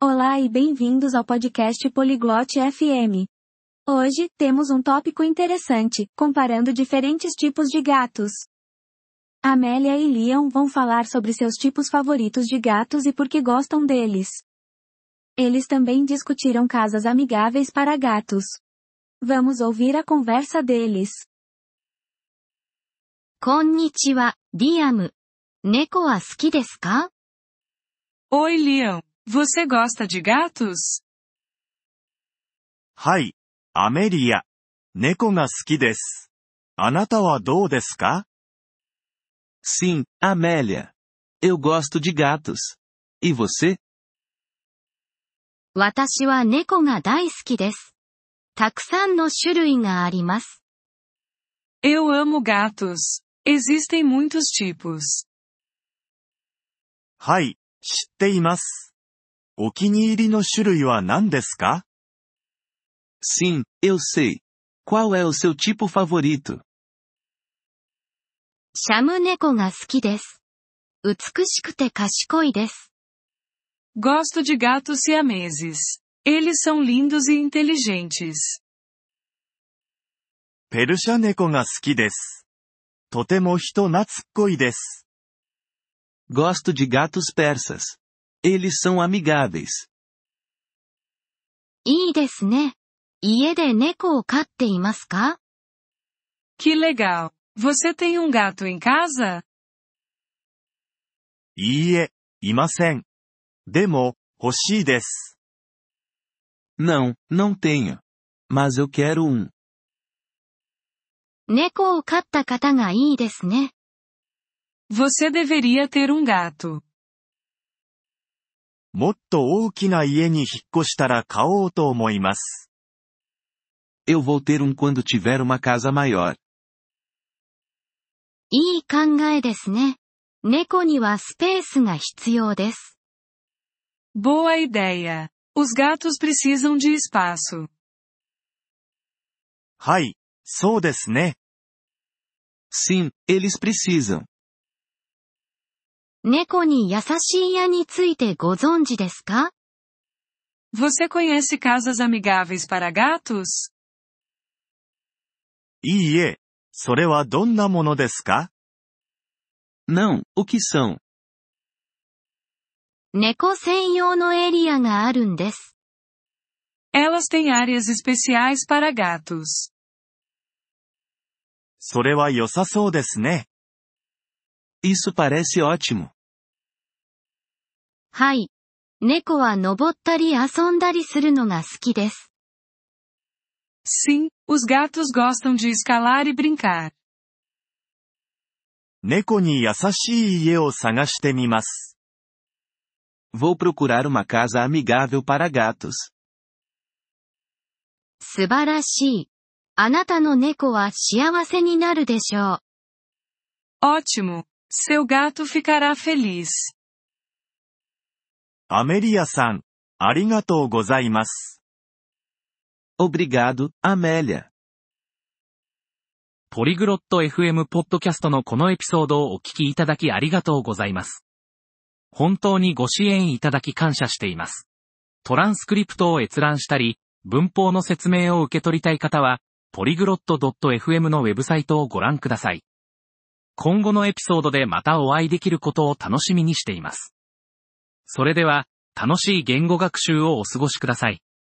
Olá e bem-vindos ao podcast Poliglote FM. Hoje, temos um tópico interessante, comparando diferentes tipos de gatos. Amélia e Leon vão falar sobre seus tipos favoritos de gatos e por que gostam deles. Eles também discutiram casas amigáveis para gatos. Vamos ouvir a conversa deles. こんにちは、リアム。猫は好きですか Oi, Liam. Você gosta de gatos? はい、アメリア。猫が好きです。あなたはどうですか Sim, Amélia. Eu gosto de gatos. E você? 私は猫が大好きです。たくさんの種類があります。 Eu amo gatos. Existem muitos tipos. はい、知っています。お気に入りの種類は何ですか Sim, eu sei. Qual é o seu tipo favorito? シャム猫が好きです。美しくて賢いです。 Gosto de gatos siameses. Eles são lindos e inteligentes. ペルシャ猫が好きです。とても人懐っこいです。 Gosto de gatos persas. Eles são amigáveis. いいですね。家で猫を飼っていますか Que legal. Você tem um gato em casa? いいえ、いません。でも、欲しいです。 Não, não tenho. Mas eu quero um. 猫を飼った方がいいですね。 Você deveria ter um gato. もっと大きな家に引っ越したら買おうと思います。 Eu vou ter um quando tiver uma casa maior. いい考えですね。猫にはスペースが必要です。 Boa ideia. Os gatos precisam de espaço. はい、そうですね。 Sim, eles precisam. 猫に優しい家についてご存知ですか Você conhece casas amigáveis para gatos? いいえ、それはどんなものですか Não, o que são? 猫専用のエリアがあるんです。 Elas têm áreas especiais para gatos. それは良さそうですね。 Isso parece ótimo. はい。猫は登ったり遊んだりするのが好きです。 Sim, os gatos gostam de escalar e brincar. 猫に優しい家を探してみます。 Vou procurar uma casa amigável para gatos. 素晴らしい。あなたの猫は幸せになるでしょう。 Ótimo! Seu gato ficará feliz. アメリアさん、ありがとうございます。 Obrigado, Amélia. ポリグロット FM ポッドキャストのこのエピソードをお聞きいただきありがとうございます。本当にご支援いただき感謝しています。トランスクリプトを閲覧したり、文法の説明を受け取りたい方は、ポリグロット .fm のウェブサイトをご覧ください。今後のエピソードでまたお会いできることを楽しみにしています。それでは、楽しい言語学習をお過ごしください。